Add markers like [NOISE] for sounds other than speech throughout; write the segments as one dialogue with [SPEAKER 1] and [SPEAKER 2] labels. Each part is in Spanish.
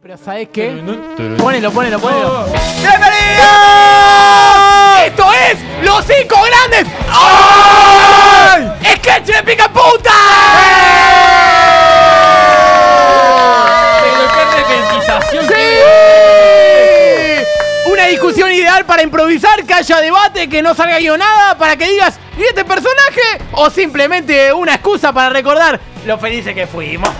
[SPEAKER 1] Pero ¿sabes qué? Ponelo, ponelo, ponelo.
[SPEAKER 2] ¡Bienvenido!
[SPEAKER 1] Oh. ¡Esto es Los Cinco Grandes! ¡Ay! ¡Sketch de pica puta!
[SPEAKER 3] Pero qué repentización
[SPEAKER 1] ¡Sí! Una discusión ideal para improvisar, que haya debate, que no salga guionada, para que digas, ¿y este personaje? O simplemente una excusa para [LAUGHS] recordar lo felices que fuimos.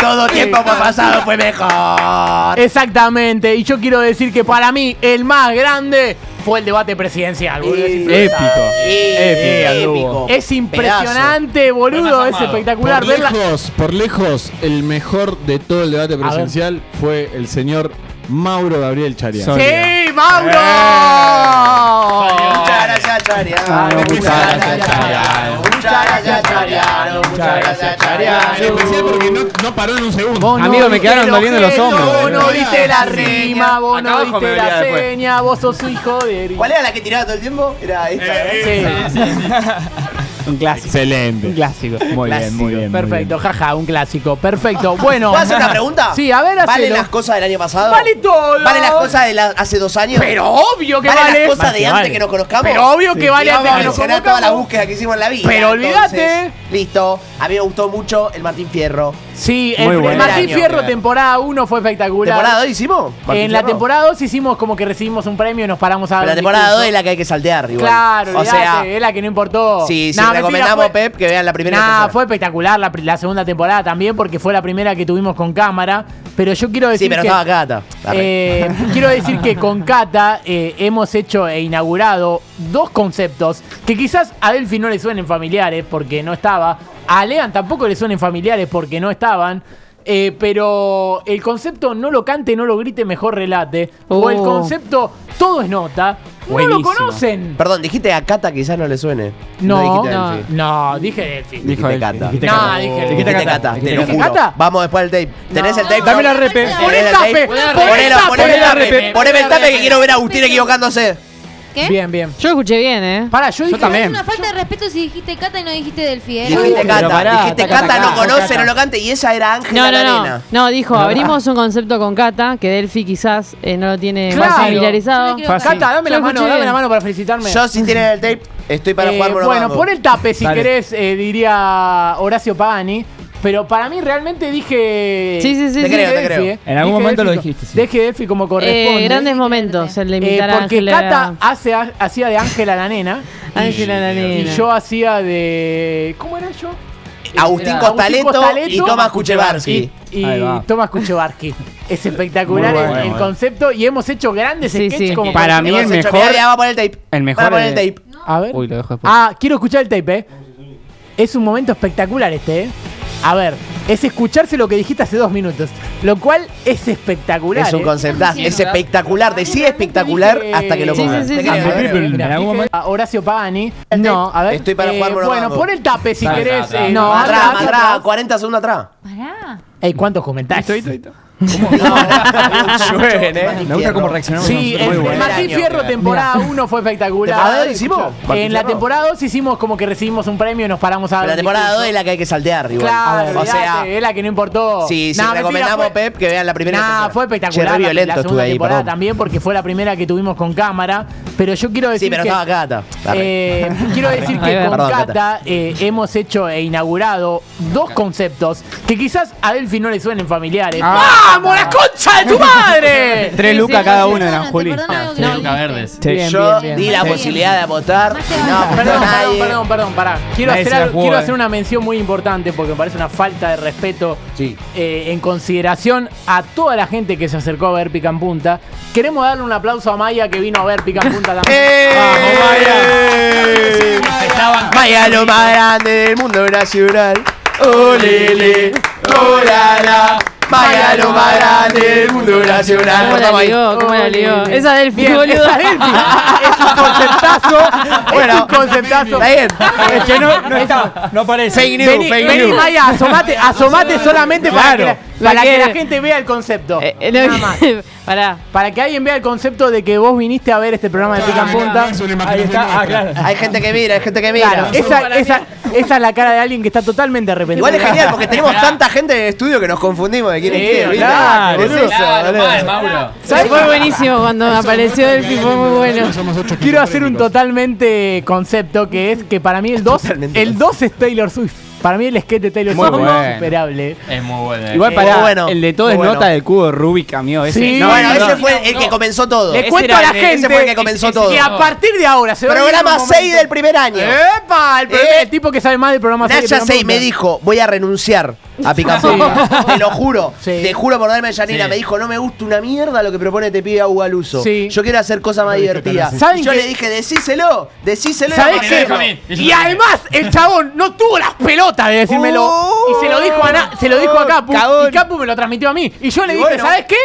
[SPEAKER 2] Todo tiempo pasado fue mejor.
[SPEAKER 1] Exactamente, y yo quiero decir que para mí el más grande fue el debate presidencial, boludo. Es impresionante.
[SPEAKER 2] Épico.
[SPEAKER 1] Es impresionante,
[SPEAKER 3] Fue
[SPEAKER 1] boludo,
[SPEAKER 3] más
[SPEAKER 1] es
[SPEAKER 3] armado.
[SPEAKER 1] espectacular
[SPEAKER 4] Por
[SPEAKER 1] verla.
[SPEAKER 4] lejos, por lejos, el mejor de todo el debate presidencial fue el señor Mauro Gabriel Charia.
[SPEAKER 5] Sorry.
[SPEAKER 1] ¡Sí, Mauro!
[SPEAKER 2] Muchas gracias, Chariano.
[SPEAKER 5] Muchas gracias,
[SPEAKER 4] Chariano.
[SPEAKER 2] Muchas gracias, Chariano. Muchas gracias,
[SPEAKER 4] En
[SPEAKER 2] Chariano.
[SPEAKER 4] especial porque no, no paró en un segundo.
[SPEAKER 1] Vos
[SPEAKER 5] Amigo, me
[SPEAKER 1] viste
[SPEAKER 5] quedaron
[SPEAKER 1] el
[SPEAKER 5] doliendo los
[SPEAKER 1] objeto,
[SPEAKER 5] hombros.
[SPEAKER 1] Vos no
[SPEAKER 4] Acá
[SPEAKER 1] viste la
[SPEAKER 2] abajo me
[SPEAKER 1] rima, vos no
[SPEAKER 3] dolía
[SPEAKER 1] viste la
[SPEAKER 3] después.
[SPEAKER 1] seña, vos sos su hijo de...
[SPEAKER 2] ¿Cuál era la que tiraba todo el tiempo? Era esta.
[SPEAKER 1] Sí,
[SPEAKER 5] Un clásico.
[SPEAKER 4] Excelente.
[SPEAKER 5] Un clásico.
[SPEAKER 4] Muy bien,
[SPEAKER 2] Clásico.
[SPEAKER 4] muy bien. muy
[SPEAKER 1] perfecto, jaja, un clásico,
[SPEAKER 2] [LAUGHS]
[SPEAKER 1] perfecto. Bueno,
[SPEAKER 2] ¿Puedo hacer una pregunta?
[SPEAKER 1] Sí, a ver,
[SPEAKER 2] ¿Valen
[SPEAKER 1] hacelo.
[SPEAKER 2] las cosas del año pasado?
[SPEAKER 1] Vale todo.
[SPEAKER 2] ¿Valen las cosas de la- hace dos años?
[SPEAKER 1] Pero obvio que
[SPEAKER 2] ¿Vale
[SPEAKER 1] vale.
[SPEAKER 2] las cosas de antes que nos conozcamos?
[SPEAKER 1] Pero obvio que vale
[SPEAKER 2] Vamos
[SPEAKER 1] antes
[SPEAKER 2] a
[SPEAKER 1] que nos
[SPEAKER 2] mencionar toda la
[SPEAKER 1] conozcamos.
[SPEAKER 2] búsqueda que hicimos en la vida.
[SPEAKER 1] Pero olvídate.
[SPEAKER 2] entonces. Listo. A mí me gustó mucho el Martín Fierro.
[SPEAKER 1] Sí,
[SPEAKER 5] Muy
[SPEAKER 1] el
[SPEAKER 5] bueno.
[SPEAKER 1] Martín
[SPEAKER 2] Año.
[SPEAKER 1] Fierro temporada 1 fue espectacular.
[SPEAKER 2] ¿Temporada 2 hicimos?
[SPEAKER 1] en la temporada 2 hicimos como que recibimos un premio y nos paramos a
[SPEAKER 2] Pero
[SPEAKER 1] ver
[SPEAKER 2] la
[SPEAKER 1] un
[SPEAKER 2] temporada
[SPEAKER 1] discurso.
[SPEAKER 2] 2 es la que hay que saltear, igual.
[SPEAKER 1] Claro,
[SPEAKER 2] O sea,
[SPEAKER 1] es la que no importó.
[SPEAKER 2] si, si
[SPEAKER 1] Nah, mentira,
[SPEAKER 2] recomendamos,
[SPEAKER 1] fue-
[SPEAKER 2] Pep, que vean la primera. y la
[SPEAKER 1] Nah,
[SPEAKER 2] tercera.
[SPEAKER 1] fue espectacular la, pri- la segunda temporada también porque fue la primera que tuvimos con cámara. Pero yo quiero decir
[SPEAKER 2] Sí, pero
[SPEAKER 1] que,
[SPEAKER 2] estaba Cata. Arre.
[SPEAKER 1] eh, quiero decir que con Cata eh, hemos hecho e inaugurado dos conceptos que quizás a Delphi no le suenen familiares porque no estaba. A Lean tampoco le suenen familiares porque no estaban. eh, pero el concepto no lo cante, no lo grite, mejor relate. O el
[SPEAKER 5] Oh.
[SPEAKER 1] concepto todo es nota. No lo
[SPEAKER 5] Buenísimo.
[SPEAKER 1] conocen.
[SPEAKER 2] Perdón, dijiste a Cata quizás no le suene.
[SPEAKER 1] No,
[SPEAKER 2] dijiste
[SPEAKER 1] no,
[SPEAKER 2] Delphi.
[SPEAKER 1] no, dije Delphi.
[SPEAKER 5] Dijo
[SPEAKER 2] Dijiste
[SPEAKER 5] él.
[SPEAKER 2] Cata.
[SPEAKER 5] Dijiste
[SPEAKER 1] No,
[SPEAKER 5] Cata.
[SPEAKER 1] dije-
[SPEAKER 2] Dijiste
[SPEAKER 5] Cata.
[SPEAKER 2] Cata, te
[SPEAKER 5] Dijiste
[SPEAKER 2] lo
[SPEAKER 1] Cata.
[SPEAKER 2] juro.
[SPEAKER 1] Cata.
[SPEAKER 2] Vamos después del tape. ¿Tenés
[SPEAKER 1] No.
[SPEAKER 2] el tape?
[SPEAKER 5] Dame la repe.
[SPEAKER 2] ¿Tenés
[SPEAKER 1] Poné
[SPEAKER 2] el
[SPEAKER 1] tape,
[SPEAKER 2] tape?
[SPEAKER 1] poné la
[SPEAKER 2] Ponelo,
[SPEAKER 1] repe,
[SPEAKER 2] poneme
[SPEAKER 1] poné
[SPEAKER 2] el
[SPEAKER 1] la
[SPEAKER 2] tape.
[SPEAKER 1] repe.
[SPEAKER 2] Poneme el tape que quiero ver a Agustín equivocándose.
[SPEAKER 6] ¿Qué?
[SPEAKER 1] Bien, bien.
[SPEAKER 7] Yo escuché bien, ¿eh?
[SPEAKER 1] Para, yo dije.
[SPEAKER 6] Es una falta de respeto si dijiste Cata y no dijiste Delphi. ¿eh?
[SPEAKER 2] Dijiste
[SPEAKER 5] pero
[SPEAKER 2] Cata.
[SPEAKER 5] pará,
[SPEAKER 2] Dijiste
[SPEAKER 5] Cata,
[SPEAKER 2] Cata no
[SPEAKER 5] Cata,
[SPEAKER 2] conoce,
[SPEAKER 5] Cata.
[SPEAKER 2] no lo cante. Y esa era Ángela
[SPEAKER 7] No, no,
[SPEAKER 2] Arena.
[SPEAKER 7] no. No, dijo, abrimos un concepto con Cata, que Delphi quizás eh, no lo tiene
[SPEAKER 1] Claro.
[SPEAKER 7] más
[SPEAKER 6] Yo
[SPEAKER 7] familiarizado. Eh,
[SPEAKER 6] le creo
[SPEAKER 5] Fácil.
[SPEAKER 1] Cata, dame la
[SPEAKER 7] Yo
[SPEAKER 1] mano,
[SPEAKER 7] escuché
[SPEAKER 1] dame
[SPEAKER 7] bien.
[SPEAKER 1] la mano para felicitarme.
[SPEAKER 2] Yo sin tener el tape estoy para
[SPEAKER 1] Eh,
[SPEAKER 2] jugar
[SPEAKER 1] bueno, pon el tape si
[SPEAKER 5] Dale.
[SPEAKER 1] querés, eh, diría Horacio Pagani. Pero para mí realmente dije.
[SPEAKER 7] Sí, sí, sí.
[SPEAKER 2] Te
[SPEAKER 7] sí.
[SPEAKER 2] creo, te
[SPEAKER 1] Delphi,
[SPEAKER 2] creo.
[SPEAKER 1] eh.
[SPEAKER 5] En algún momento lo
[SPEAKER 1] Delphi co-
[SPEAKER 5] dijiste, sí.
[SPEAKER 1] Deje Delphi como corresponde.
[SPEAKER 7] Eh, grandes momentos el de
[SPEAKER 1] Eh,
[SPEAKER 7] invitar a
[SPEAKER 1] porque
[SPEAKER 7] Ángela-
[SPEAKER 1] Cata hace, a- hacía de Ángela la nena.
[SPEAKER 7] Ángela la
[SPEAKER 1] Y
[SPEAKER 7] nena.
[SPEAKER 1] yo hacía de. ¿Cómo era yo?
[SPEAKER 2] Agustín
[SPEAKER 1] Agustín
[SPEAKER 2] Costaleto
[SPEAKER 1] Costaleto
[SPEAKER 2] y Tomás Kuchevarsky.
[SPEAKER 1] Y,
[SPEAKER 5] Ahí va.
[SPEAKER 1] Tomás Kuchevarsky. Es espectacular
[SPEAKER 5] Muy
[SPEAKER 1] el-
[SPEAKER 5] bueno,
[SPEAKER 1] el,
[SPEAKER 5] eh.
[SPEAKER 1] concepto y hemos hecho grandes
[SPEAKER 7] Sí,
[SPEAKER 1] sketches
[SPEAKER 7] sí.
[SPEAKER 1] como
[SPEAKER 5] Para mí el
[SPEAKER 2] Hemos hecho-
[SPEAKER 5] mejor-
[SPEAKER 2] Mirá, mirá, va a poner el tape.
[SPEAKER 5] El mejor
[SPEAKER 2] Va a poner el
[SPEAKER 5] de-
[SPEAKER 2] tape.
[SPEAKER 1] A ver.
[SPEAKER 5] Uy, lo dejo después.
[SPEAKER 1] Ah, quiero escuchar el tape, eh. Es un momento espectacular este, eh. A ver, es escucharse lo que dijiste hace dos minutos, lo cual es espectacular.
[SPEAKER 2] Es un
[SPEAKER 1] eh.
[SPEAKER 2] conceptazo, es espectacular,
[SPEAKER 1] Sí,
[SPEAKER 2] decía espectacular
[SPEAKER 1] realmente
[SPEAKER 2] hasta que lo
[SPEAKER 7] Sí,
[SPEAKER 2] pongan.
[SPEAKER 7] sí, sí,
[SPEAKER 2] Te
[SPEAKER 7] sí.
[SPEAKER 2] creo,
[SPEAKER 5] Sí,
[SPEAKER 2] te creo.
[SPEAKER 5] sí, sí.
[SPEAKER 1] Mira,
[SPEAKER 5] En algún
[SPEAKER 1] dije
[SPEAKER 5] momento-
[SPEAKER 1] a Horacio Pagani.
[SPEAKER 2] El
[SPEAKER 1] No,
[SPEAKER 2] tape.
[SPEAKER 1] a ver.
[SPEAKER 2] Estoy para jugar
[SPEAKER 1] Bueno,
[SPEAKER 2] monogamo.
[SPEAKER 1] pon el tape si
[SPEAKER 5] Dale,
[SPEAKER 1] querés.
[SPEAKER 3] dale,
[SPEAKER 1] eh,
[SPEAKER 2] No,
[SPEAKER 1] más
[SPEAKER 2] atrás,
[SPEAKER 1] atrás,
[SPEAKER 2] más
[SPEAKER 1] atrás.
[SPEAKER 2] atrás, 40 segundos atrás.
[SPEAKER 6] Pará.
[SPEAKER 1] Ey, ¿cuántos comentarios?
[SPEAKER 2] [LAUGHS]
[SPEAKER 3] Llueven, eh.
[SPEAKER 5] Me gusta cómo reaccionamos.
[SPEAKER 1] Sí,
[SPEAKER 5] nosotros.
[SPEAKER 1] el,
[SPEAKER 5] Muy bueno.
[SPEAKER 1] Martín
[SPEAKER 2] Año.
[SPEAKER 1] Fierro temporada 1 fue espectacular.
[SPEAKER 2] ¿Temporada dos hicimos?
[SPEAKER 1] En la temporada 2 hicimos como que recibimos un premio y nos paramos a ver.
[SPEAKER 2] Pero la
[SPEAKER 1] un
[SPEAKER 2] temporada 2
[SPEAKER 1] discurso.
[SPEAKER 2] es la que hay que saltear, igual.
[SPEAKER 1] Claro,
[SPEAKER 2] o sea,
[SPEAKER 1] es la que no importó.
[SPEAKER 2] si, si
[SPEAKER 1] Nah, mentira,
[SPEAKER 2] recomendamos,
[SPEAKER 1] fue-
[SPEAKER 2] Pep, que vean la primera. y la
[SPEAKER 1] Nah,
[SPEAKER 2] tercera.
[SPEAKER 1] fue
[SPEAKER 2] Che,
[SPEAKER 1] espectacular.
[SPEAKER 2] re
[SPEAKER 1] la-
[SPEAKER 2] violento
[SPEAKER 1] la segunda
[SPEAKER 2] estuve ahí,
[SPEAKER 1] temporada
[SPEAKER 2] perdón.
[SPEAKER 1] también porque fue la primera que tuvimos con cámara. Pero yo quiero decir
[SPEAKER 2] Sí, pero
[SPEAKER 1] que,
[SPEAKER 2] estaba Cata. Arre. [LAUGHS]
[SPEAKER 1] eh, quiero decir
[SPEAKER 7] Ahí
[SPEAKER 1] que
[SPEAKER 7] va.
[SPEAKER 1] con
[SPEAKER 2] Perdón, Cata.
[SPEAKER 1] Cata eh, hemos hecho e inaugurado dos conceptos que quizás a Delphi no le suenen familiares.
[SPEAKER 5] Ah.
[SPEAKER 1] ¡Vamos, la concha de tu
[SPEAKER 2] [LAUGHS]
[SPEAKER 1] madre!
[SPEAKER 5] Tres
[SPEAKER 7] Sí,
[SPEAKER 5] lucas
[SPEAKER 7] sí,
[SPEAKER 5] cada
[SPEAKER 7] sí,
[SPEAKER 5] uno eran,
[SPEAKER 6] Te
[SPEAKER 5] Juli.
[SPEAKER 6] perdono algo que
[SPEAKER 3] Tres
[SPEAKER 6] dijiste.
[SPEAKER 3] lucas verdes.
[SPEAKER 5] Sí.
[SPEAKER 1] Bien,
[SPEAKER 2] Yo
[SPEAKER 1] bien, bien.
[SPEAKER 2] di la
[SPEAKER 6] Sí.
[SPEAKER 2] posibilidad de votar.
[SPEAKER 6] Más
[SPEAKER 2] y
[SPEAKER 6] te
[SPEAKER 2] No, perdón,
[SPEAKER 6] vale.
[SPEAKER 1] Perdón, perdón,
[SPEAKER 2] nadie.
[SPEAKER 1] perdón, perdón, pará. Quiero,
[SPEAKER 5] Nadie
[SPEAKER 1] hacer,
[SPEAKER 5] se la
[SPEAKER 1] algo-
[SPEAKER 5] jugó,
[SPEAKER 1] quiero
[SPEAKER 5] eh.
[SPEAKER 1] hacer una mención muy importante porque me parece una falta de respeto eh, en consideración a toda la gente que se acercó a ver Pica en Punta. Queremos darle un aplauso a Maya que vino a ver Pica en Punta también.
[SPEAKER 2] ¡Eh!
[SPEAKER 3] Estaban
[SPEAKER 2] Vaya lo más grande del mundo nacional. Olele, olala. Vaya lo más grande del mundo
[SPEAKER 1] Ah,
[SPEAKER 2] nacional.
[SPEAKER 7] ¿Cómo la
[SPEAKER 2] Cortamos ahí.
[SPEAKER 7] ligó? Oh, ¿Cómo la ligó? Esa Delphi,
[SPEAKER 1] Bien,
[SPEAKER 7] boludo.
[SPEAKER 1] esa Delphi. es un conceptazo. es
[SPEAKER 2] Bueno,
[SPEAKER 1] un conceptazo.
[SPEAKER 2] Está bien.
[SPEAKER 5] Es que no, no está. No parece.
[SPEAKER 2] Fake news,
[SPEAKER 1] Vení,
[SPEAKER 2] fake
[SPEAKER 1] vení
[SPEAKER 2] news.
[SPEAKER 1] Maya, asomate,
[SPEAKER 7] [LAUGHS]
[SPEAKER 1] asomate solamente para, que la,
[SPEAKER 5] Claro.
[SPEAKER 1] para
[SPEAKER 7] La
[SPEAKER 1] que
[SPEAKER 7] que-
[SPEAKER 1] la gente vea el concepto.
[SPEAKER 7] [LAUGHS] Eh, eh, no-
[SPEAKER 1] Nada más.
[SPEAKER 7] [LAUGHS] Pará.
[SPEAKER 1] Para que alguien vea el concepto de que vos viniste a ver este programa de Pica en Punta.
[SPEAKER 4] Ah, Es una
[SPEAKER 5] Ahí
[SPEAKER 4] imaginación
[SPEAKER 5] está. Ah,
[SPEAKER 4] nuestra.
[SPEAKER 5] claro.
[SPEAKER 2] Hay gente que mira, hay gente que mira.
[SPEAKER 1] Claro, esa, esa, Esa es la cara de alguien que está totalmente arrepentido.
[SPEAKER 2] Igual es genial porque tenemos tanta gente en el estudio que nos confundimos de quién es
[SPEAKER 1] Sí,
[SPEAKER 2] quién, ¿viste?
[SPEAKER 1] claro,
[SPEAKER 2] Es eso,
[SPEAKER 3] Claro,
[SPEAKER 2] boludo.
[SPEAKER 3] mal, Mauro.
[SPEAKER 1] ¿Sabes
[SPEAKER 7] Fue
[SPEAKER 1] [LAUGHS]
[SPEAKER 7] buenísimo cuando apareció Delphi, fue muy bueno.
[SPEAKER 4] Somos ocho
[SPEAKER 1] Quiero hacer un
[SPEAKER 4] quizofrénicos.
[SPEAKER 1] totalmente concepto que es que para mí el 2
[SPEAKER 2] Totalmente.
[SPEAKER 1] el 2 es Taylor Swift. Para mí el esquete de Taylor
[SPEAKER 5] Muy
[SPEAKER 1] Swift
[SPEAKER 5] bueno.
[SPEAKER 1] es insuperable.
[SPEAKER 3] Es muy bueno. eh.
[SPEAKER 5] Igual
[SPEAKER 1] Eh,
[SPEAKER 5] para
[SPEAKER 2] bueno,
[SPEAKER 5] el de todo
[SPEAKER 2] muy
[SPEAKER 5] es
[SPEAKER 2] bueno.
[SPEAKER 5] nota del cubo de Rubik, amigo. Ese.
[SPEAKER 1] Sí.
[SPEAKER 2] No, bueno,
[SPEAKER 1] No,
[SPEAKER 2] ese fue el que comenzó todo.
[SPEAKER 1] Le
[SPEAKER 5] ese
[SPEAKER 1] cuento
[SPEAKER 5] era
[SPEAKER 1] a la
[SPEAKER 5] el-
[SPEAKER 1] gente
[SPEAKER 5] ese
[SPEAKER 2] fue el que comenzó todo.
[SPEAKER 1] que a partir de ahora se va a
[SPEAKER 2] Programa
[SPEAKER 1] venir un
[SPEAKER 2] 6
[SPEAKER 1] momento-
[SPEAKER 2] del primer año.
[SPEAKER 1] ¡Epa! El, primer-
[SPEAKER 2] Eh.
[SPEAKER 1] el tipo que sabe más del programa seis que
[SPEAKER 2] Naya
[SPEAKER 1] programa
[SPEAKER 2] 6 me
[SPEAKER 1] uno.
[SPEAKER 2] dijo, voy a renunciar a Picapiedra. Te lo juro.
[SPEAKER 1] Sí.
[SPEAKER 2] Te juro por darme Yanina.
[SPEAKER 3] Sí.
[SPEAKER 2] Me dijo, no me gusta una mierda lo que propone este te pide agua al uso.
[SPEAKER 1] Sí.
[SPEAKER 2] Yo quiero hacer cosas más divertidas.
[SPEAKER 1] ¿Saben
[SPEAKER 2] Y Yo
[SPEAKER 1] qué?
[SPEAKER 2] le dije, decíselo, decíselo. y
[SPEAKER 1] ¿Sabés
[SPEAKER 2] lo
[SPEAKER 1] qué?
[SPEAKER 2] manejo".
[SPEAKER 3] Benjamín.
[SPEAKER 1] Y además, el chabón no tuvo las pelotas de decírmelo.
[SPEAKER 2] Oh.
[SPEAKER 1] y se lo dijo a, na- se lo dijo a Capu.
[SPEAKER 2] Cagón.
[SPEAKER 1] Y Capu me lo transmitió a mí. Y yo le
[SPEAKER 2] Y
[SPEAKER 1] dije,
[SPEAKER 2] bueno.
[SPEAKER 1] ¿sabes qué?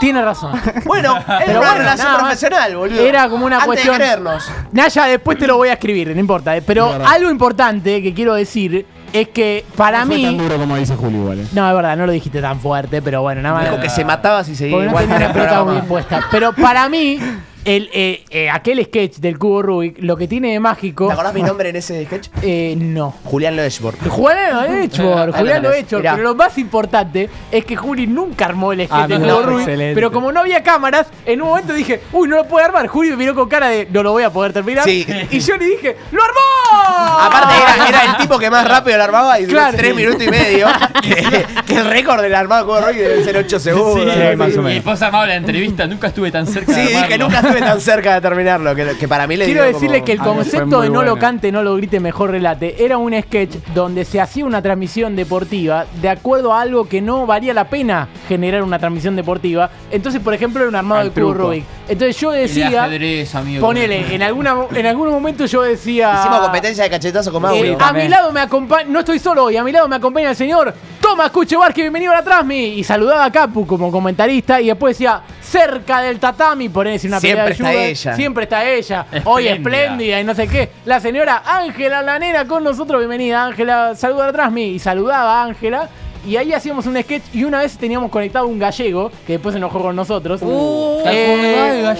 [SPEAKER 1] Tiene
[SPEAKER 2] [LAUGHS]
[SPEAKER 1] razón.
[SPEAKER 2] Bueno, era
[SPEAKER 1] Pero
[SPEAKER 2] una
[SPEAKER 1] bueno,
[SPEAKER 2] relación
[SPEAKER 1] nada más.
[SPEAKER 2] profesional, boludo.
[SPEAKER 1] Era como una
[SPEAKER 2] Antes
[SPEAKER 1] cuestión-
[SPEAKER 2] De creernos.
[SPEAKER 1] Naya, después te lo voy a escribir, no importa. eh, Pero
[SPEAKER 4] Es verdad.
[SPEAKER 1] algo importante que quiero decir es que para
[SPEAKER 4] No fue tan
[SPEAKER 1] mí.
[SPEAKER 4] duro como dice Julio, igual. eh.
[SPEAKER 1] No, es verdad, no lo dijiste tan fuerte, pero bueno, nada más.
[SPEAKER 2] Dijo que se mataba si seguía
[SPEAKER 1] Porque no
[SPEAKER 2] igual
[SPEAKER 1] tenía
[SPEAKER 2] en
[SPEAKER 1] una
[SPEAKER 2] el
[SPEAKER 1] pelota
[SPEAKER 2] programa.
[SPEAKER 1] muy bien puesta. Pero para mí, el, eh, eh, aquel sketch del cubo Rubik, lo que tiene de mágico.
[SPEAKER 2] ¿Te acordás mi nombre en ese sketch?
[SPEAKER 1] Eh, no.
[SPEAKER 2] Julián Loeschborg.
[SPEAKER 1] Julián lo
[SPEAKER 5] [LAUGHS]
[SPEAKER 1] ha hecho, Julián lo ha
[SPEAKER 2] tenés,
[SPEAKER 1] hecho.
[SPEAKER 2] mirá.
[SPEAKER 1] Pero lo más importante es que Juli nunca armó el sketch
[SPEAKER 5] Ah,
[SPEAKER 1] del
[SPEAKER 5] mirá,
[SPEAKER 1] cubo Rubik.
[SPEAKER 5] excelente.
[SPEAKER 1] Pero como no había cámaras, en un momento dije, uy, no lo puede armar. Juli me miró con cara de, no lo voy a poder terminar.
[SPEAKER 2] Sí.
[SPEAKER 1] Y yo le dije, ¡lo armó!
[SPEAKER 2] Aparte
[SPEAKER 1] [LAUGHS]
[SPEAKER 2] era, era el tipo que más rápido lo armaba y duró
[SPEAKER 1] Ah. Claro.
[SPEAKER 2] tres minutos y medio. que, que el récord del armado como Rocky debe ser 8 segundos.
[SPEAKER 5] Sí,
[SPEAKER 2] algo
[SPEAKER 5] más
[SPEAKER 2] así.
[SPEAKER 5] o menos.
[SPEAKER 3] Mi esposa amaba la entrevista, nunca estuve tan cerca
[SPEAKER 2] Sí,
[SPEAKER 3] de
[SPEAKER 2] dije,
[SPEAKER 3] armarlo.
[SPEAKER 2] nunca estuve tan cerca de terminarlo, que, lo- que para mí le
[SPEAKER 1] Quiero
[SPEAKER 2] dio como-
[SPEAKER 1] decirle que el
[SPEAKER 5] Ah, fue
[SPEAKER 1] concepto
[SPEAKER 5] muy
[SPEAKER 1] de no lo
[SPEAKER 5] bueno.
[SPEAKER 1] cante, no lo grite, mejor relate, era un sketch donde se hacía una transmisión deportiva de acuerdo a algo que no valía la pena generar una transmisión deportiva. Entonces, por ejemplo, era un armado
[SPEAKER 5] Al
[SPEAKER 1] de cubo
[SPEAKER 5] truco.
[SPEAKER 1] Rubik. Entonces yo
[SPEAKER 3] El de
[SPEAKER 1] decía,
[SPEAKER 3] ajedrez, amigo.
[SPEAKER 2] eh,
[SPEAKER 1] ponele, en, alguna, en algún momento yo decía...
[SPEAKER 2] Hicimos competencia de cachetazo con Mauro.
[SPEAKER 1] eh, a mi
[SPEAKER 5] también.
[SPEAKER 1] lado me acompaña, no estoy solo hoy, a mi lado me acompaña el señor Tomás Cuchevar, que bienvenido atrás mí. Y saludaba a Capu como comentarista y después decía, cerca del tatami, por decir una pelea de
[SPEAKER 2] Siempre está
[SPEAKER 1] judo,
[SPEAKER 2] ella.
[SPEAKER 1] Siempre está ella, hoy espléndida y no sé qué. La señora Ángela Lanera con nosotros, bienvenida Ángela, saluda atrás mí. Y saludaba a Ángela. Y ahí hacíamos un sketch y una vez teníamos conectado un gallego, que después se enojó con nosotros.
[SPEAKER 2] Uh.
[SPEAKER 1] Eh,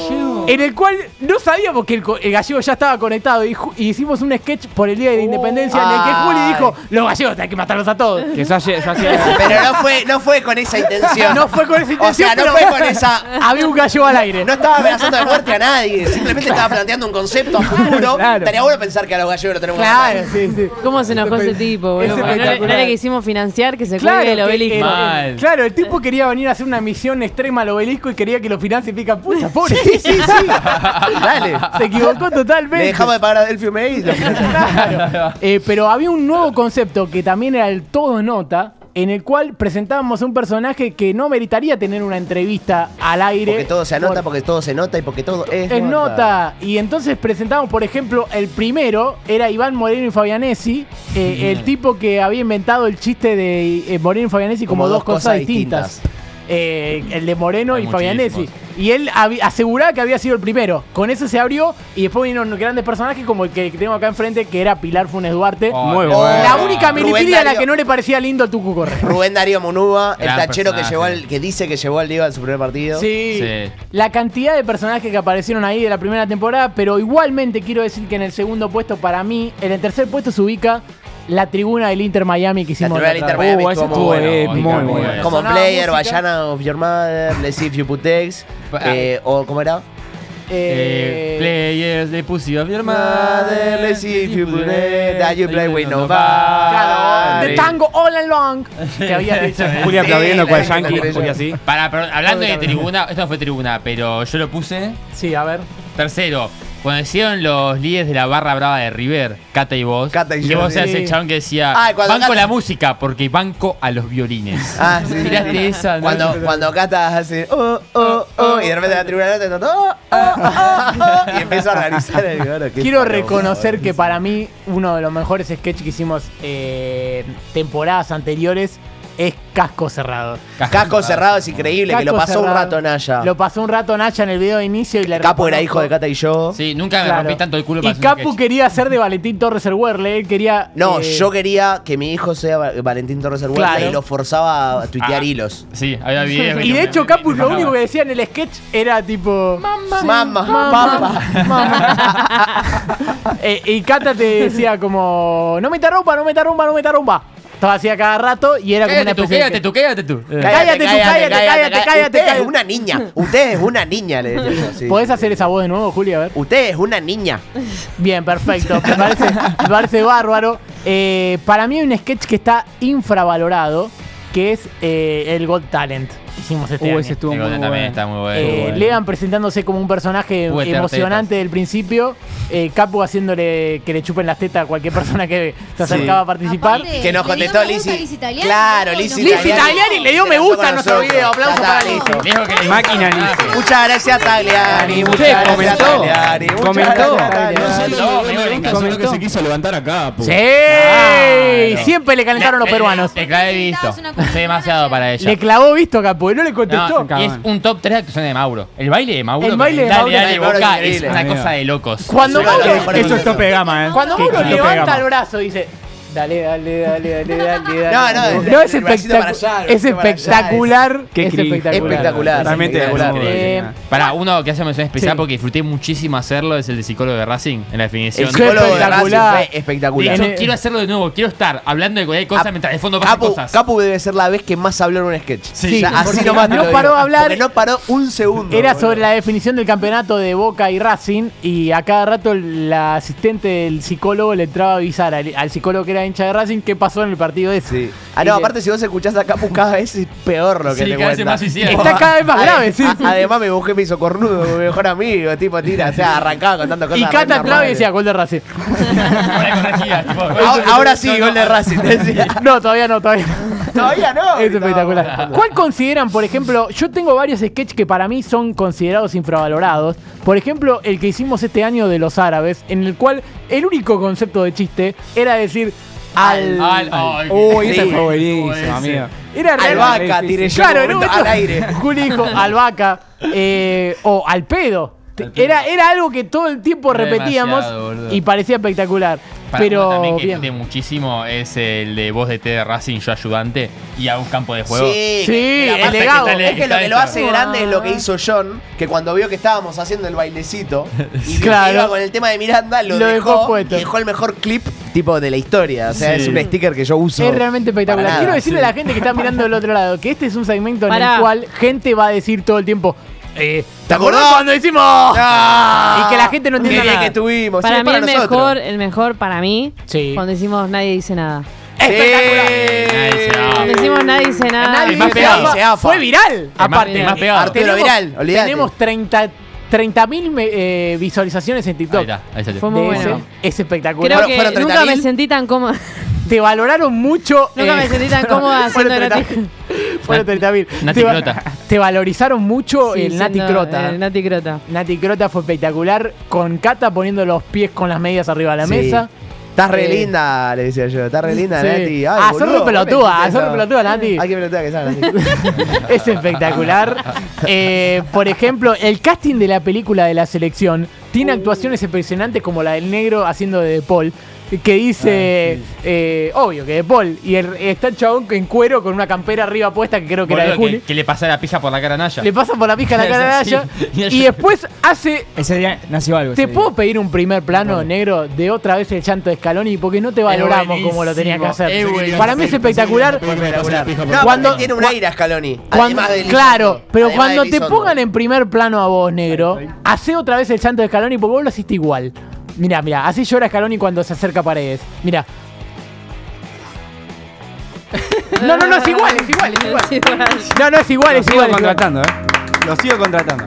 [SPEAKER 1] en el cual no sabíamos que el, co- el gallego ya estaba conectado y, ju- y hicimos un sketch por el Día de la Independencia en el que Juli
[SPEAKER 2] Oh, Ay.
[SPEAKER 1] dijo, los gallegos hay que matarlos a todos.
[SPEAKER 5] Que se hace- se hace-
[SPEAKER 2] Pero no fue, no fue con esa intención.
[SPEAKER 1] [LAUGHS] No fue con esa intención,
[SPEAKER 2] O sea, no
[SPEAKER 1] pero-
[SPEAKER 2] fue con esa.
[SPEAKER 1] [LAUGHS] Había un gallego al aire.
[SPEAKER 2] No estaba amenazando de muerte a nadie, simplemente estaba planteando un concepto a futuro.
[SPEAKER 1] claro.
[SPEAKER 2] Estaría bueno pensar que a los gallegos lo tenemos que
[SPEAKER 1] Claro,
[SPEAKER 2] matar.
[SPEAKER 1] sí, sí.
[SPEAKER 7] ¿Cómo se enojó ese tipo,
[SPEAKER 1] Es
[SPEAKER 7] boludo? No, le- no
[SPEAKER 1] espectacular.
[SPEAKER 7] le quisimos financiar que se
[SPEAKER 1] Claro,
[SPEAKER 7] cuelgue
[SPEAKER 1] que-
[SPEAKER 7] el
[SPEAKER 1] que-
[SPEAKER 2] eh,
[SPEAKER 7] obelisco.
[SPEAKER 3] Mal.
[SPEAKER 1] claro, el tipo quería venir a hacer una misión extrema al obelisco y quería que lo financie pica
[SPEAKER 2] [LAUGHS]
[SPEAKER 1] puta, pobre.
[SPEAKER 2] Dale.
[SPEAKER 1] Se equivocó totalmente.
[SPEAKER 2] Le dejamos de pagar a Delphi May.
[SPEAKER 1] Claro. Eh, pero había un nuevo concepto que también era el todo nota, en el cual presentábamos un personaje que no meritaría tener una entrevista al aire.
[SPEAKER 2] Porque todo se anota,
[SPEAKER 1] Por-
[SPEAKER 2] porque todo se nota y porque todo es,
[SPEAKER 1] es nota. Y entonces presentamos, por ejemplo, el primero era Iván Moreno y Fabianesi, eh, el tipo que había inventado el chiste de eh, Moreno y Fabianesi como, dos cosas, distintas. Eh, el de Moreno
[SPEAKER 3] Hay
[SPEAKER 1] y Fabianesi.
[SPEAKER 3] muchísimos.
[SPEAKER 1] Y él habi- aseguraba que había sido el primero. Con eso se abrió y después vinieron grandes personajes como el que tengo acá enfrente, que era Pilar Funes Duarte.
[SPEAKER 2] eh,
[SPEAKER 5] Muy
[SPEAKER 3] no.
[SPEAKER 5] bueno.
[SPEAKER 1] La única
[SPEAKER 2] Rubén
[SPEAKER 1] milipidia a la
[SPEAKER 2] Darío.
[SPEAKER 1] que no le parecía lindo el Tucu Correa.
[SPEAKER 2] Rubén Darío Monúa, el
[SPEAKER 3] Gran
[SPEAKER 2] tachero que
[SPEAKER 3] personaje.
[SPEAKER 2] llevó al, que dice que llevó al Liga en su primer partido.
[SPEAKER 1] Sí.
[SPEAKER 3] Sí.
[SPEAKER 1] La cantidad de personajes que aparecieron ahí de la primera temporada, pero igualmente quiero decir que en el segundo puesto para mí, en el tercer puesto se ubica la tribuna del Inter Miami que
[SPEAKER 2] La
[SPEAKER 1] hicimos.
[SPEAKER 2] tribuna
[SPEAKER 1] la
[SPEAKER 2] del Inter
[SPEAKER 1] otra vez.
[SPEAKER 2] Miami
[SPEAKER 5] Uh, ese
[SPEAKER 2] estuvo muy bueno.
[SPEAKER 5] estuvo eh,
[SPEAKER 3] bueno,
[SPEAKER 5] muy
[SPEAKER 3] muy
[SPEAKER 5] bueno.
[SPEAKER 3] bueno.
[SPEAKER 2] Como
[SPEAKER 1] Sonaba
[SPEAKER 2] player,
[SPEAKER 1] música.
[SPEAKER 2] Bayana of Your Mother, Let's See If You Put Eggs,
[SPEAKER 3] Ah.
[SPEAKER 2] eh, o ¿cómo era?
[SPEAKER 1] Eh,
[SPEAKER 3] Eh, players, de pussy of your
[SPEAKER 2] Mother,
[SPEAKER 3] mother.
[SPEAKER 2] let's see if you put it, that you play with nobody.
[SPEAKER 1] claro, de tango all along que había dicho.
[SPEAKER 5] Juli
[SPEAKER 2] Sí,
[SPEAKER 5] aplaudiendo
[SPEAKER 2] la
[SPEAKER 5] cual
[SPEAKER 2] gente
[SPEAKER 5] yankee,
[SPEAKER 2] creyó.
[SPEAKER 5] Juli así.
[SPEAKER 3] Para, perdón, hablando de
[SPEAKER 1] Obviamente.
[SPEAKER 3] tribuna, esto no fue tribuna, pero yo lo puse.
[SPEAKER 1] Sí, a ver.
[SPEAKER 3] Tercero, cuando hicieron los líderes de la barra brava de River, Cata y vos,
[SPEAKER 2] Cata y
[SPEAKER 3] que
[SPEAKER 2] yo,
[SPEAKER 3] vos
[SPEAKER 2] sí.
[SPEAKER 3] eras el chabón que decía,
[SPEAKER 2] Ah, cuando
[SPEAKER 3] banco
[SPEAKER 2] Cata-
[SPEAKER 3] la música, porque banco a los violines.
[SPEAKER 2] Ah, sí.
[SPEAKER 3] Tiraste esa, ¿no?
[SPEAKER 2] Cuando, cuando Cata hace oh, oh, oh, y de repente la tribuna de nota, oh, oh,
[SPEAKER 1] [LAUGHS]
[SPEAKER 2] oh, oh, y empieza a organizar el bueno, qué
[SPEAKER 1] Quiero
[SPEAKER 2] palo,
[SPEAKER 1] reconocer
[SPEAKER 2] boludo.
[SPEAKER 1] que para mí uno de los mejores sketches que hicimos eh, temporadas anteriores es Casco Cerrado.
[SPEAKER 2] Casco cerrado es increíble, que lo
[SPEAKER 1] Casco
[SPEAKER 2] pasó un
[SPEAKER 1] Cerrado.
[SPEAKER 2] rato Naya.
[SPEAKER 1] Lo pasó un rato Naya en el video de inicio y le
[SPEAKER 2] Capo era hijo de
[SPEAKER 1] reconozco-
[SPEAKER 2] Cata y yo.
[SPEAKER 3] Sí, nunca me
[SPEAKER 1] Claro.
[SPEAKER 3] rompí tanto el culo para
[SPEAKER 1] Y
[SPEAKER 3] hacer un
[SPEAKER 1] Capu
[SPEAKER 3] sketch.
[SPEAKER 1] quería hacer de Valentín Torres el Werle, él quería.
[SPEAKER 2] No,
[SPEAKER 1] eh,
[SPEAKER 2] yo quería que mi hijo sea Va- Valentín Torres Arbuesta
[SPEAKER 1] Claro.
[SPEAKER 2] y lo forzaba a tuitear
[SPEAKER 3] Ah.
[SPEAKER 2] hilos.
[SPEAKER 3] Sí, había videos.
[SPEAKER 1] Y de hecho, Capu lo único que decía en el sketch era tipo. Mamá.
[SPEAKER 2] Mamá,
[SPEAKER 1] Mamá.
[SPEAKER 2] papá.
[SPEAKER 1] mamá. [LAUGHS] Eh, y Cata te decía como, no me interrumpa, no me interrumpa, no me interrumpa. Estaba así a cada rato y era como una
[SPEAKER 3] Cállate tú,
[SPEAKER 1] especie de-
[SPEAKER 3] cállate tú, cállate tú. Eh.
[SPEAKER 1] Cállate tú, cállate, cállate, cállate,
[SPEAKER 2] Usted
[SPEAKER 1] cállate.
[SPEAKER 2] es una niña. Usted es una niña, le decía
[SPEAKER 1] [LAUGHS]
[SPEAKER 2] así.
[SPEAKER 1] ¿Podés hacer esa voz de nuevo, Julia? A ver.
[SPEAKER 2] Usted es una niña.
[SPEAKER 1] Bien, perfecto. Me parece, me parece bárbaro. Eh, para mí hay un sketch que está infravalorado, que es eh, el Got Talent. Hicimos este año.
[SPEAKER 5] Uh, ese estuvo
[SPEAKER 3] Digo,
[SPEAKER 5] muy
[SPEAKER 3] también
[SPEAKER 5] bueno.
[SPEAKER 3] está muy bueno.
[SPEAKER 1] Eh, Lean presentándose como un personaje
[SPEAKER 3] Juguete
[SPEAKER 1] emocionante del principio. Eh, Capu haciéndole que le chupen las tetas a cualquier persona que se acercaba a participar.
[SPEAKER 6] Aparte,
[SPEAKER 2] Que nos
[SPEAKER 6] le dio
[SPEAKER 2] contestó
[SPEAKER 6] me gusta
[SPEAKER 2] Lizzy.
[SPEAKER 6] Liz Italiani,
[SPEAKER 2] Claro,
[SPEAKER 6] ¿no?
[SPEAKER 2] Lizzy
[SPEAKER 6] Nos-
[SPEAKER 1] Liz Italiani le dio me gusta a nuestro video. Aplauso para Liz.
[SPEAKER 3] Dijo que le
[SPEAKER 5] Máquina
[SPEAKER 3] gustaba.
[SPEAKER 5] Liz.
[SPEAKER 2] Muchas gracias, Tagliani. Muchas gracias,
[SPEAKER 5] comentó.
[SPEAKER 2] Tagliani. muchas
[SPEAKER 5] Comentó.
[SPEAKER 2] gracias,
[SPEAKER 4] No
[SPEAKER 2] Tagliani.
[SPEAKER 4] solo
[SPEAKER 3] No,
[SPEAKER 4] le
[SPEAKER 3] me
[SPEAKER 4] dio me
[SPEAKER 3] encantó.
[SPEAKER 4] gusta, sino que se quiso levantar acá. pues.
[SPEAKER 1] ¡Sí!
[SPEAKER 3] Claro.
[SPEAKER 1] Siempre le calentaron los
[SPEAKER 3] Le-
[SPEAKER 1] peruanos.
[SPEAKER 3] Le clavé visto. Sé demasiado para ella.
[SPEAKER 1] Le clavó visto Capu y no le
[SPEAKER 3] No,
[SPEAKER 1] contestó.
[SPEAKER 3] y es un top 3 de actuación de Mauro. El baile de Mauro.
[SPEAKER 1] El baile de
[SPEAKER 3] dale,
[SPEAKER 1] Mauro.
[SPEAKER 2] El
[SPEAKER 3] Dale,
[SPEAKER 2] baile de
[SPEAKER 3] boca
[SPEAKER 2] Mauro es
[SPEAKER 3] es una
[SPEAKER 5] increíble.
[SPEAKER 3] cosa de locos.
[SPEAKER 1] Cuando
[SPEAKER 2] Sí,
[SPEAKER 1] Mauro,
[SPEAKER 2] lo mejor
[SPEAKER 5] Eso es tope gama, ¿eh?
[SPEAKER 1] cuando
[SPEAKER 5] Qué
[SPEAKER 1] Mauro
[SPEAKER 5] tope
[SPEAKER 1] levanta
[SPEAKER 5] gama.
[SPEAKER 1] el brazo dice, dale, dale, dale, dale, dale, dale.
[SPEAKER 2] No, no, el-
[SPEAKER 1] es,
[SPEAKER 2] el bracito
[SPEAKER 1] espectacu-
[SPEAKER 2] para allá, el
[SPEAKER 1] es
[SPEAKER 2] bracito para allá,
[SPEAKER 1] espectacular.
[SPEAKER 5] Qué
[SPEAKER 1] es
[SPEAKER 5] cringe.
[SPEAKER 1] espectacular.
[SPEAKER 2] Espectacular.
[SPEAKER 5] Realmente
[SPEAKER 2] espectacular.
[SPEAKER 5] muy
[SPEAKER 1] Eh,
[SPEAKER 5] bueno.
[SPEAKER 3] Para uno que hace mención especial
[SPEAKER 1] Sí.
[SPEAKER 3] porque disfruté muchísimo hacerlo es el de psicólogo de Racing en la definición.
[SPEAKER 2] El psicólogo de Racing
[SPEAKER 1] espectacular.
[SPEAKER 2] fue espectacular.
[SPEAKER 3] De
[SPEAKER 1] En el-
[SPEAKER 3] hecho, quiero hacerlo de nuevo. Quiero estar hablando de cualquier cosa
[SPEAKER 2] Cap-
[SPEAKER 3] mientras de fondo pasan
[SPEAKER 2] Ah, Capu,
[SPEAKER 3] cosas.
[SPEAKER 2] Capu debe ser la vez que más habló en un sketch.
[SPEAKER 3] Sí.
[SPEAKER 2] O sea, así
[SPEAKER 1] Porque
[SPEAKER 2] nomás te
[SPEAKER 1] no
[SPEAKER 2] lo
[SPEAKER 1] paró
[SPEAKER 2] digo.
[SPEAKER 1] a hablar.
[SPEAKER 2] Porque no paró un segundo.
[SPEAKER 1] Era
[SPEAKER 2] boludo.
[SPEAKER 1] sobre la definición del campeonato de Boca y Racing y a cada rato la asistente del psicólogo le entraba a avisar al, al psicólogo que era hincha de Racing qué pasó en el partido ese.
[SPEAKER 2] Sí. Ah,
[SPEAKER 1] Y
[SPEAKER 2] no,
[SPEAKER 1] le-
[SPEAKER 2] aparte si vos escuchás a Capu cada vez es peor lo que
[SPEAKER 3] Sí,
[SPEAKER 2] te
[SPEAKER 3] cada vez es
[SPEAKER 2] cuenta.
[SPEAKER 3] más suicida.
[SPEAKER 2] Tipo,
[SPEAKER 1] Está cada vez más
[SPEAKER 2] ade-
[SPEAKER 1] grave, sí.
[SPEAKER 2] a- Además me busqué mi socornudo, mi mejor amigo, tipo, tira, o sea, arrancaba contando cosas
[SPEAKER 1] Y
[SPEAKER 2] re
[SPEAKER 1] Cata entraba y
[SPEAKER 2] normales.
[SPEAKER 1] decía gol de Racing.
[SPEAKER 3] Ahora corregía, tipo,
[SPEAKER 2] Ahora, ahora [LAUGHS] sí, gol de Racing. decía.
[SPEAKER 1] No, todavía no, todavía no.
[SPEAKER 2] Todavía no.
[SPEAKER 1] Es
[SPEAKER 2] gritaba.
[SPEAKER 1] espectacular. ¿Cuál consideran, por ejemplo? Yo tengo varios sketches que para mí son considerados infravalorados. Por ejemplo, el que hicimos este año de los árabes, en el cual el único concepto de chiste era decir [LAUGHS] "Ah, al.
[SPEAKER 3] Al- ay,
[SPEAKER 5] Uy,
[SPEAKER 3] qué-
[SPEAKER 5] ese
[SPEAKER 3] sí.
[SPEAKER 5] fue buenísimo,
[SPEAKER 3] Ese.
[SPEAKER 5] amigo.
[SPEAKER 1] Era
[SPEAKER 2] Al
[SPEAKER 1] realmente-
[SPEAKER 2] vaca, tiré yo
[SPEAKER 1] Claro, en
[SPEAKER 2] en un
[SPEAKER 1] un
[SPEAKER 2] momento,
[SPEAKER 1] momento,
[SPEAKER 2] al aire.
[SPEAKER 1] Juli dijo al vaca eh, o al pedo. Era, era algo que todo el tiempo
[SPEAKER 3] Era
[SPEAKER 1] repetíamos
[SPEAKER 3] demasiado, boludo.
[SPEAKER 1] y parecía espectacular.
[SPEAKER 3] Para
[SPEAKER 1] pero
[SPEAKER 3] uno también que
[SPEAKER 1] bien.
[SPEAKER 3] disfruté muchísimo es el de voz de T de Racing, yo ayudante, y a un campo de juego.
[SPEAKER 2] Sí,
[SPEAKER 1] Sí,
[SPEAKER 2] pero aparte
[SPEAKER 1] el legado.
[SPEAKER 2] que- Es que lo que lo hace
[SPEAKER 7] Wow.
[SPEAKER 2] grande es lo que hizo John, que cuando vio que estábamos haciendo el
[SPEAKER 1] [LAUGHS]
[SPEAKER 2] bailecito y vio
[SPEAKER 1] Claro.
[SPEAKER 2] que iba con el tema de Miranda, lo,
[SPEAKER 1] Lo dejó
[SPEAKER 2] dejó,
[SPEAKER 1] puesto.
[SPEAKER 2] y dejó el mejor clip tipo de la historia. O sea,
[SPEAKER 3] Sí.
[SPEAKER 2] es un sticker que yo uso.
[SPEAKER 1] Es realmente espectacular.
[SPEAKER 2] para nada.
[SPEAKER 1] Quiero decirle a la gente que está mirando del otro lado que este es un segmento en
[SPEAKER 7] Pará.
[SPEAKER 1] el cual gente va a decir todo el tiempo. eh,
[SPEAKER 2] ¿Te acordás
[SPEAKER 1] cuando hicimos?
[SPEAKER 2] Ah,
[SPEAKER 1] Y que la gente no entienda
[SPEAKER 2] Qué bien
[SPEAKER 1] nada.
[SPEAKER 2] que estuvimos.
[SPEAKER 1] Pues
[SPEAKER 7] Para
[SPEAKER 2] sí,
[SPEAKER 7] mí el
[SPEAKER 2] nosotros.
[SPEAKER 7] mejor, el mejor para mí,
[SPEAKER 1] Sí. Ah.
[SPEAKER 7] cuando decimos nadie dice nada.
[SPEAKER 1] Espectacular.
[SPEAKER 2] Espectacular.
[SPEAKER 7] Cuando decimos nadie dice nada. eh,
[SPEAKER 1] Nadie
[SPEAKER 3] El más
[SPEAKER 1] se
[SPEAKER 3] pegado.
[SPEAKER 1] afa.
[SPEAKER 2] Se afa.
[SPEAKER 1] Fue viral.
[SPEAKER 3] El más-
[SPEAKER 1] Aparte.
[SPEAKER 3] el más pegado.
[SPEAKER 2] Arte de lo
[SPEAKER 1] Tenemos-
[SPEAKER 2] viral, olvidate.
[SPEAKER 1] Tenemos 30 30.000 me- eh, visualizaciones en
[SPEAKER 3] Ahí
[SPEAKER 1] TikTok.
[SPEAKER 3] está, ahí salió.
[SPEAKER 7] Fue
[SPEAKER 1] de
[SPEAKER 7] muy bueno.
[SPEAKER 1] ese. Es espectacular.
[SPEAKER 7] Creo
[SPEAKER 2] Fueron-
[SPEAKER 7] que
[SPEAKER 2] fueron
[SPEAKER 7] nunca
[SPEAKER 2] 30.000.
[SPEAKER 7] me sentí
[SPEAKER 1] [LAUGHS]
[SPEAKER 7] tan cómoda.
[SPEAKER 1] Te valoraron mucho.
[SPEAKER 7] [LAUGHS] Nunca me sentí tan cómoda haciendo
[SPEAKER 1] el
[SPEAKER 7] el
[SPEAKER 1] Nati. [LAUGHS] Fueron 30.000.
[SPEAKER 3] Nati
[SPEAKER 1] Te va-
[SPEAKER 3] Crota.
[SPEAKER 1] Te valorizaron mucho
[SPEAKER 7] Sí,
[SPEAKER 1] el Nati
[SPEAKER 7] siendo,
[SPEAKER 1] Crota.
[SPEAKER 7] eh, Nati Crota.
[SPEAKER 1] Nati Crota fue espectacular, con Cata poniendo los pies con las medias arriba de la
[SPEAKER 2] Sí. [LAUGHS]
[SPEAKER 1] mesa.
[SPEAKER 2] Estás re
[SPEAKER 1] Eh.
[SPEAKER 2] linda, le decía yo. Estás re linda,
[SPEAKER 1] Sí.
[SPEAKER 2] Nati. Ay,
[SPEAKER 1] Ah, sos
[SPEAKER 2] boludo,
[SPEAKER 1] re
[SPEAKER 2] vos me
[SPEAKER 1] pelotuda,
[SPEAKER 2] dijiste
[SPEAKER 1] sos re
[SPEAKER 2] eso.
[SPEAKER 1] pelotuda, Nati.
[SPEAKER 2] Ay, qué pelotuda que sabes, Nati.
[SPEAKER 1] [LAUGHS] Es espectacular. Eh, por ejemplo, el casting de la película de la selección tiene actuaciones impresionantes como la del negro haciendo de De Paul, que
[SPEAKER 3] Ah,
[SPEAKER 1] dice, eh, obvio que De Paul, y el- está el chabón en cuero con una campera arriba puesta que creo que era de
[SPEAKER 3] Boludo,
[SPEAKER 1] Juli.
[SPEAKER 3] que, que le pasara pija por la cara a Naya.
[SPEAKER 1] Le pasa por la pija la cara de
[SPEAKER 3] [LAUGHS] Sí.
[SPEAKER 1] Naya
[SPEAKER 3] Y ella-
[SPEAKER 1] y después hace
[SPEAKER 5] Ese día nació algo.
[SPEAKER 1] ¿Te
[SPEAKER 5] ese día.
[SPEAKER 1] puedo pedir un primer plano negro de otra vez el llanto de Scaloni? Porque no te valoramos como lo tenías que hacer.
[SPEAKER 3] Es buenísimo.
[SPEAKER 1] Para mí es espectacular.
[SPEAKER 2] espectacular. No,
[SPEAKER 1] Cuando-
[SPEAKER 2] porque tiene un
[SPEAKER 1] cua-
[SPEAKER 2] aire a Scaloni.
[SPEAKER 1] Cuando,
[SPEAKER 2] además de Elizondo.
[SPEAKER 1] claro, pero
[SPEAKER 2] Además de
[SPEAKER 1] cuando te
[SPEAKER 2] Elizondo.
[SPEAKER 1] pongan en primer plano a vos, negro, hace otra vez el llanto de Scaloni porque vos lo hiciste igual. Mira, mira, así llora Scaloni cuando se acerca a paredes.
[SPEAKER 2] [LAUGHS]
[SPEAKER 1] Mira. No, no, no, es igual, es igual, es igual.
[SPEAKER 7] Sí, igual.
[SPEAKER 1] No, no, es igual,
[SPEAKER 5] Lo
[SPEAKER 1] es
[SPEAKER 5] sigo
[SPEAKER 1] igual. es igual.
[SPEAKER 5] contratando, ¿eh? Lo sigo contratando.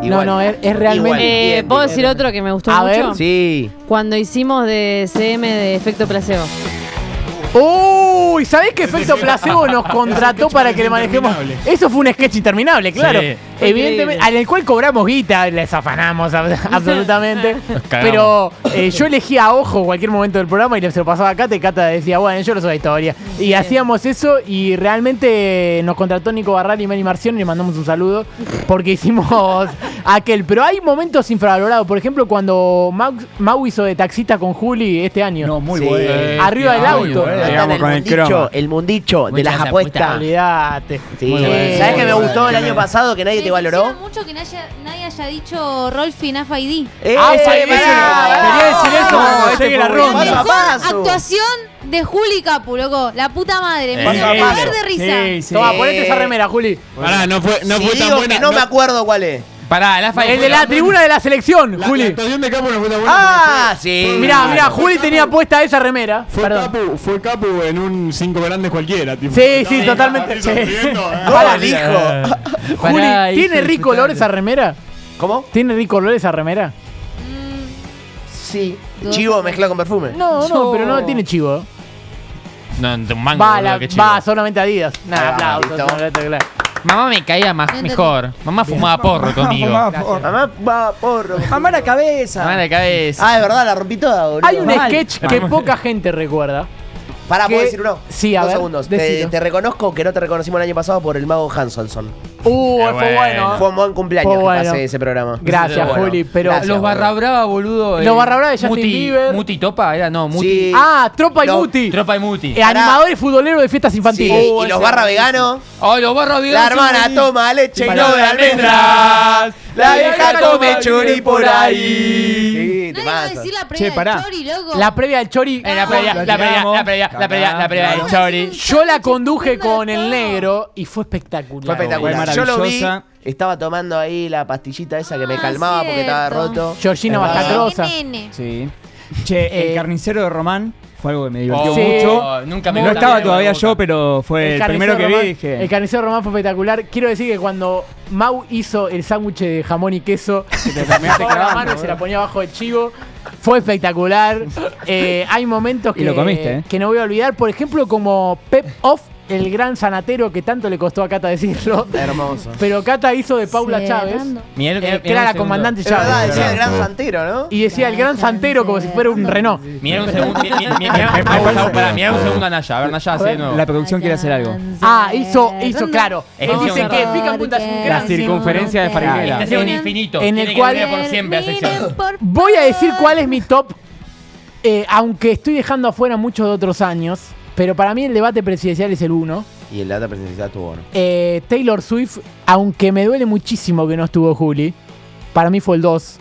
[SPEAKER 1] No,
[SPEAKER 2] Igual.
[SPEAKER 1] no, es, es realmente.
[SPEAKER 7] Eh, ¿Puedo decir otro que me gustó
[SPEAKER 1] A
[SPEAKER 7] mucho?
[SPEAKER 1] ver.
[SPEAKER 2] Sí.
[SPEAKER 7] Cuando hicimos de CM de efecto placebo.
[SPEAKER 1] Uy, ¿sabés qué efecto placebo nos contrató para que le manejemos?
[SPEAKER 4] interminable.
[SPEAKER 1] Eso fue un sketch interminable, claro.
[SPEAKER 3] Sí.
[SPEAKER 1] Evidentemente, al cual cobramos guita, les afanamos
[SPEAKER 3] [LAUGHS]
[SPEAKER 1] ab- absolutamente. pero
[SPEAKER 3] cagamos.
[SPEAKER 1] eh, yo elegía a ojo cualquier momento del programa y se lo pasaba a Cata y Cata decía, bueno, yo lo soy de historia. Y hacíamos eso y realmente nos contrató Nico Barral y Manny Marción y le mandamos un saludo porque
[SPEAKER 3] [LAUGHS]
[SPEAKER 1] hicimos aquel. Pero hay momentos infravalorados, por ejemplo, cuando Mau, Mau hizo de taxista con Juli este año.
[SPEAKER 5] No, muy
[SPEAKER 2] Sí.
[SPEAKER 5] bueno.
[SPEAKER 2] Eh,
[SPEAKER 1] Arriba del
[SPEAKER 3] ay,
[SPEAKER 1] auto.
[SPEAKER 3] boludo.
[SPEAKER 2] Anda
[SPEAKER 5] Llegamos
[SPEAKER 2] en
[SPEAKER 3] eh,
[SPEAKER 5] con el
[SPEAKER 2] boliche,
[SPEAKER 5] cross.
[SPEAKER 2] mundicho, el mundicho de
[SPEAKER 3] Muchas
[SPEAKER 2] las
[SPEAKER 3] apuestas.
[SPEAKER 2] apuestas.
[SPEAKER 1] Olvídate.
[SPEAKER 2] Ah. Sí.
[SPEAKER 3] Muy bueno.
[SPEAKER 2] ¿Sabes qué me
[SPEAKER 3] Sí.
[SPEAKER 2] gustó el año pasado que nadie
[SPEAKER 6] Me
[SPEAKER 2] te valoró?
[SPEAKER 6] decepciona mucho que nadie, nadie haya dicho Rolfi en FID.
[SPEAKER 2] ¡Eh,
[SPEAKER 1] Ah, sí,
[SPEAKER 2] pará,
[SPEAKER 1] eso no.
[SPEAKER 2] pará!
[SPEAKER 5] Quería decir eso
[SPEAKER 2] No,
[SPEAKER 5] cuando
[SPEAKER 2] este
[SPEAKER 5] llegue la
[SPEAKER 2] público.
[SPEAKER 5] ronda.
[SPEAKER 2] Paso a
[SPEAKER 6] Mejor
[SPEAKER 2] paso.
[SPEAKER 6] actuación de Juli Capu, loco. La puta madre. Me
[SPEAKER 3] Eh.
[SPEAKER 6] hizo
[SPEAKER 2] Paso a
[SPEAKER 6] cagar
[SPEAKER 2] paso.
[SPEAKER 6] de risa.
[SPEAKER 5] Sí, sí.
[SPEAKER 1] Toma, ponete esa remera, Juli.
[SPEAKER 4] Pará, no fue, no
[SPEAKER 2] Si
[SPEAKER 4] fue tan
[SPEAKER 2] digo
[SPEAKER 4] buena.
[SPEAKER 2] que no me acuerdo cuál es.
[SPEAKER 3] Pará, la FAI.
[SPEAKER 1] El de la tribuna de la selección,
[SPEAKER 4] la,
[SPEAKER 1] Juli.
[SPEAKER 4] la actuación de Capu no fue tan buena.
[SPEAKER 2] Ah,
[SPEAKER 4] porque
[SPEAKER 2] sí.
[SPEAKER 4] fue-
[SPEAKER 1] Mirá, mirá, Juli tenía puesta esa remera.
[SPEAKER 4] Fue
[SPEAKER 1] Perdón.
[SPEAKER 4] Capu, fue Capu en un cinco grandes cualquiera. Tipo,
[SPEAKER 1] Sí,
[SPEAKER 4] Estaba
[SPEAKER 1] sí,
[SPEAKER 4] ahí,
[SPEAKER 1] totalmente.
[SPEAKER 4] ahí sonriendo, eh.
[SPEAKER 2] ¡Gol, hijo!
[SPEAKER 1] Juli, ¿tiene rico olor esa remera?
[SPEAKER 2] ¿Cómo?
[SPEAKER 1] ¿Tiene rico olor esa remera?
[SPEAKER 2] Sí. Chivo mezclado con perfume.
[SPEAKER 1] No, no, pero no tiene chivo.
[SPEAKER 3] No, de un mango,
[SPEAKER 1] Va,
[SPEAKER 3] boludo,
[SPEAKER 1] la-
[SPEAKER 3] qué chido.
[SPEAKER 1] va solamente Adidas. Nada,
[SPEAKER 2] Ah,
[SPEAKER 1] aplausos.
[SPEAKER 2] listo.
[SPEAKER 1] aplausos, claro.
[SPEAKER 3] Mamá me caía más,
[SPEAKER 6] Entendí.
[SPEAKER 3] mejor. Mamá fumaba porro conmigo.
[SPEAKER 5] Mamá,
[SPEAKER 3] Mamá
[SPEAKER 5] por favor.
[SPEAKER 2] Mamá va porro.
[SPEAKER 5] Mamá la cabeza.
[SPEAKER 3] de cabeza.
[SPEAKER 2] Ah, de verdad, la rompí toda, boludo.
[SPEAKER 1] Hay un
[SPEAKER 5] Mal.
[SPEAKER 1] sketch que poca gente recuerda.
[SPEAKER 2] Pará, ¿puedo
[SPEAKER 1] que-
[SPEAKER 2] decir uno?
[SPEAKER 1] Sí, a
[SPEAKER 2] Dos
[SPEAKER 1] ver,
[SPEAKER 2] segundos. Te,
[SPEAKER 1] decilo.
[SPEAKER 2] te reconozco que no te reconocimos el año pasado por el mago Hansolson.
[SPEAKER 1] Uh,
[SPEAKER 3] Eh,
[SPEAKER 1] fue
[SPEAKER 3] bueno.
[SPEAKER 1] bueno.
[SPEAKER 2] Fue un buen cumpleaños
[SPEAKER 1] Fue Pues bueno.
[SPEAKER 2] que pasé ese programa.
[SPEAKER 1] Gracias,
[SPEAKER 2] Bueno,
[SPEAKER 1] Juli, pero-
[SPEAKER 2] gracias,
[SPEAKER 3] los
[SPEAKER 2] boludo.
[SPEAKER 3] barra brava, boludo.
[SPEAKER 1] Los
[SPEAKER 3] eh,
[SPEAKER 1] Barra Brava de Justin
[SPEAKER 3] Muti,
[SPEAKER 1] Bieber.
[SPEAKER 3] Muti Topa, era, no, Muti.
[SPEAKER 2] Sí.
[SPEAKER 1] Ah, Tropa y
[SPEAKER 2] Lo-
[SPEAKER 1] Muti.
[SPEAKER 3] Tropa y Muti.
[SPEAKER 1] Eh,
[SPEAKER 2] Pará.
[SPEAKER 1] animadores futboleros de fiestas
[SPEAKER 2] Sí,
[SPEAKER 1] infantiles.
[SPEAKER 2] y los barra veganos.
[SPEAKER 3] Oh, los barra
[SPEAKER 2] La hermana toma leche y no de almendras. La vieja come chori por ahí. Sí,
[SPEAKER 6] Nadie va a
[SPEAKER 2] pasa.
[SPEAKER 6] decir la
[SPEAKER 5] Che,
[SPEAKER 6] previa
[SPEAKER 5] pará.
[SPEAKER 6] del Chori, loco.
[SPEAKER 1] La previa del Chori.
[SPEAKER 3] la previa, la previa, la previa, la previa, la previa del
[SPEAKER 6] Vamos a hacer
[SPEAKER 3] Chori.
[SPEAKER 6] un
[SPEAKER 1] Yo la
[SPEAKER 6] sándwich
[SPEAKER 1] conduje
[SPEAKER 6] estupendo de
[SPEAKER 1] con el
[SPEAKER 6] todo.
[SPEAKER 1] negro y fue espectacular.
[SPEAKER 2] Fue espectacular.
[SPEAKER 5] Fue
[SPEAKER 2] Yo lo vi.
[SPEAKER 5] maravillosa.
[SPEAKER 2] Estaba tomando ahí la pastillita esa que me
[SPEAKER 6] Ah,
[SPEAKER 2] calmaba porque estaba
[SPEAKER 6] cierto.
[SPEAKER 2] roto.
[SPEAKER 1] Georgina
[SPEAKER 2] Ah.
[SPEAKER 6] Ay, qué
[SPEAKER 1] Bastacrosa.
[SPEAKER 6] nene.
[SPEAKER 5] Sí. Che,
[SPEAKER 1] Eh.
[SPEAKER 5] el carnicero de Román fue algo que me
[SPEAKER 3] Oh,
[SPEAKER 5] divirtió
[SPEAKER 1] Sí.
[SPEAKER 5] mucho.
[SPEAKER 3] Nunca me
[SPEAKER 5] No
[SPEAKER 3] gusta,
[SPEAKER 5] estaba
[SPEAKER 3] nunca
[SPEAKER 5] todavía
[SPEAKER 3] me gusta.
[SPEAKER 5] yo, pero fue el, primero que
[SPEAKER 1] carnicero
[SPEAKER 5] vi.
[SPEAKER 1] Román-
[SPEAKER 5] Dije,
[SPEAKER 1] El carnicero román fue espectacular. Quiero decir que cuando Mau hizo el sándwich de jamón y
[SPEAKER 5] [LAUGHS]
[SPEAKER 1] queso, se
[SPEAKER 5] te terminaste
[SPEAKER 1] la mano
[SPEAKER 5] cagando,
[SPEAKER 1] y se
[SPEAKER 5] boludo.
[SPEAKER 1] la ponía abajo del chivo. Fue
[SPEAKER 5] [LAUGHS]
[SPEAKER 1] espectacular. Eh, hay momentos que,
[SPEAKER 5] Y lo comiste, ¿eh?
[SPEAKER 1] que no voy a olvidar. Por ejemplo, como Pep Off, el gran sanatero que tanto le costó a Cata decirlo. [LAUGHS]
[SPEAKER 2] Hermoso.
[SPEAKER 1] Pero Cata hizo de Paula Chávez.
[SPEAKER 6] Cerrando.
[SPEAKER 3] Mirá lo que-
[SPEAKER 1] eh, que era
[SPEAKER 3] mirá un
[SPEAKER 1] la
[SPEAKER 3] segundo.
[SPEAKER 1] comandante
[SPEAKER 2] Es verdad,
[SPEAKER 1] Chávez.
[SPEAKER 2] decía el gran santero, ¿no?
[SPEAKER 1] Y decía el gran santero como si fuera un Renault.
[SPEAKER 3] Mirá un segundo. mi- mi- mi- Mirá mirá un segundo, pará, mirá un segundo a Naya. A ver, Naya, hace de nuevo.
[SPEAKER 5] la producción quiere hacer algo.
[SPEAKER 1] Ah, hizo, hizo, claro. Él
[SPEAKER 3] Edición
[SPEAKER 1] dice que pican puntas un
[SPEAKER 5] La
[SPEAKER 1] gran
[SPEAKER 5] circunferencia de Farinela.
[SPEAKER 3] Este es un infinito.
[SPEAKER 1] en el
[SPEAKER 3] tiene que
[SPEAKER 1] cual-
[SPEAKER 3] volver por siempre a sección.
[SPEAKER 1] Voy a decir cuál es mi top, eh, aunque estoy dejando afuera muchos de otros años, pero para mí el debate presidencial es el uno.
[SPEAKER 2] Y el data presencial estuvo bueno.
[SPEAKER 1] Eh, Taylor Swift, aunque me duele muchísimo que no estuvo Juli, para mí fue el 2.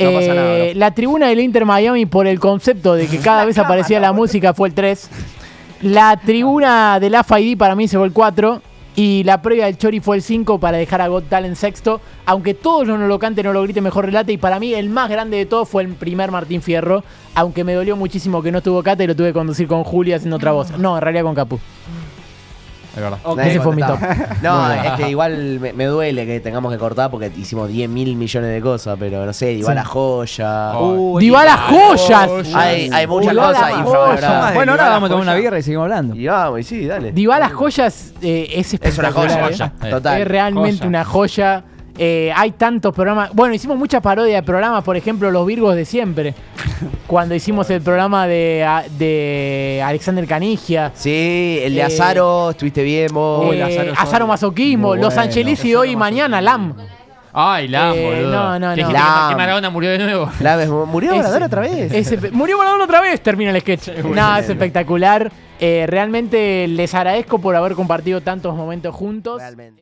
[SPEAKER 2] No pasa nada, bro.
[SPEAKER 1] La tribuna del Inter Miami por el concepto de
[SPEAKER 2] [LAUGHS]
[SPEAKER 1] que cada vez aparecía la música fue el 3. La tribuna del AFID para mí se fue el 4. Y la previa del Chori fue el 5 para dejar a Got Talent sexto. Aunque todos no lo canten, no lo griten, mejor relate. Y para mí el más grande de todos fue el primer Martín Fierro. Aunque me dolió muchísimo que no estuvo Cata y lo tuve que conducir con Juli haciendo otra voz. No, en realidad con Capu.
[SPEAKER 3] Es verdad.
[SPEAKER 1] Ese fue mi top.
[SPEAKER 2] No, es que igual me, me duele que tengamos que cortar porque hicimos 10 mil millones de cosas, pero no sé, igual la joya. Uh,
[SPEAKER 3] Oh,
[SPEAKER 1] Dybala joyas.
[SPEAKER 2] Hay, hay muchas
[SPEAKER 1] Dybala
[SPEAKER 2] cosas
[SPEAKER 1] joya.
[SPEAKER 2] infravaloradas.
[SPEAKER 5] Bueno, ahora
[SPEAKER 2] Dybala
[SPEAKER 5] vamos a tomar
[SPEAKER 2] joya.
[SPEAKER 5] una birra y seguimos hablando.
[SPEAKER 2] Y vamos, y sí, dale.
[SPEAKER 1] Dybala las joyas eh, es
[SPEAKER 2] Es una
[SPEAKER 1] espectacular.
[SPEAKER 2] joya,
[SPEAKER 1] ¿eh?
[SPEAKER 2] joya.
[SPEAKER 3] Eh,
[SPEAKER 2] Total.
[SPEAKER 1] Es realmente
[SPEAKER 3] Joya.
[SPEAKER 1] una joya. Eh, hay tantos programas. Bueno, hicimos mucha parodia de programas, por ejemplo, Los Virgos de
[SPEAKER 2] [LAUGHS]
[SPEAKER 1] siempre. cuando hicimos el programa de, a- de Alexander Canigia.
[SPEAKER 2] Sí, el de
[SPEAKER 1] Eh,
[SPEAKER 2] Azaro, estuviste bien vos.
[SPEAKER 1] eh,
[SPEAKER 5] el Azaro Soria.
[SPEAKER 1] Azaro Masoquismo,
[SPEAKER 5] Muy
[SPEAKER 1] Los
[SPEAKER 5] bueno.
[SPEAKER 1] Angelis y hoy y mañana Lam.
[SPEAKER 2] [LAUGHS]
[SPEAKER 3] Ay, la
[SPEAKER 1] Eh,
[SPEAKER 3] boludo.
[SPEAKER 1] no, no,
[SPEAKER 3] Que
[SPEAKER 1] no.
[SPEAKER 3] dijiste que-
[SPEAKER 2] Lam.
[SPEAKER 3] que Maradona murió de nuevo.
[SPEAKER 2] La vez, ¿Murió
[SPEAKER 1] Ese.
[SPEAKER 2] Maradona otra vez?
[SPEAKER 1] Ese pe- murió Maradona otra vez, termina el sketch. Nada, es espectacular. Eh, realmente les agradezco por haber compartido tantos momentos juntos.
[SPEAKER 2] Realmente.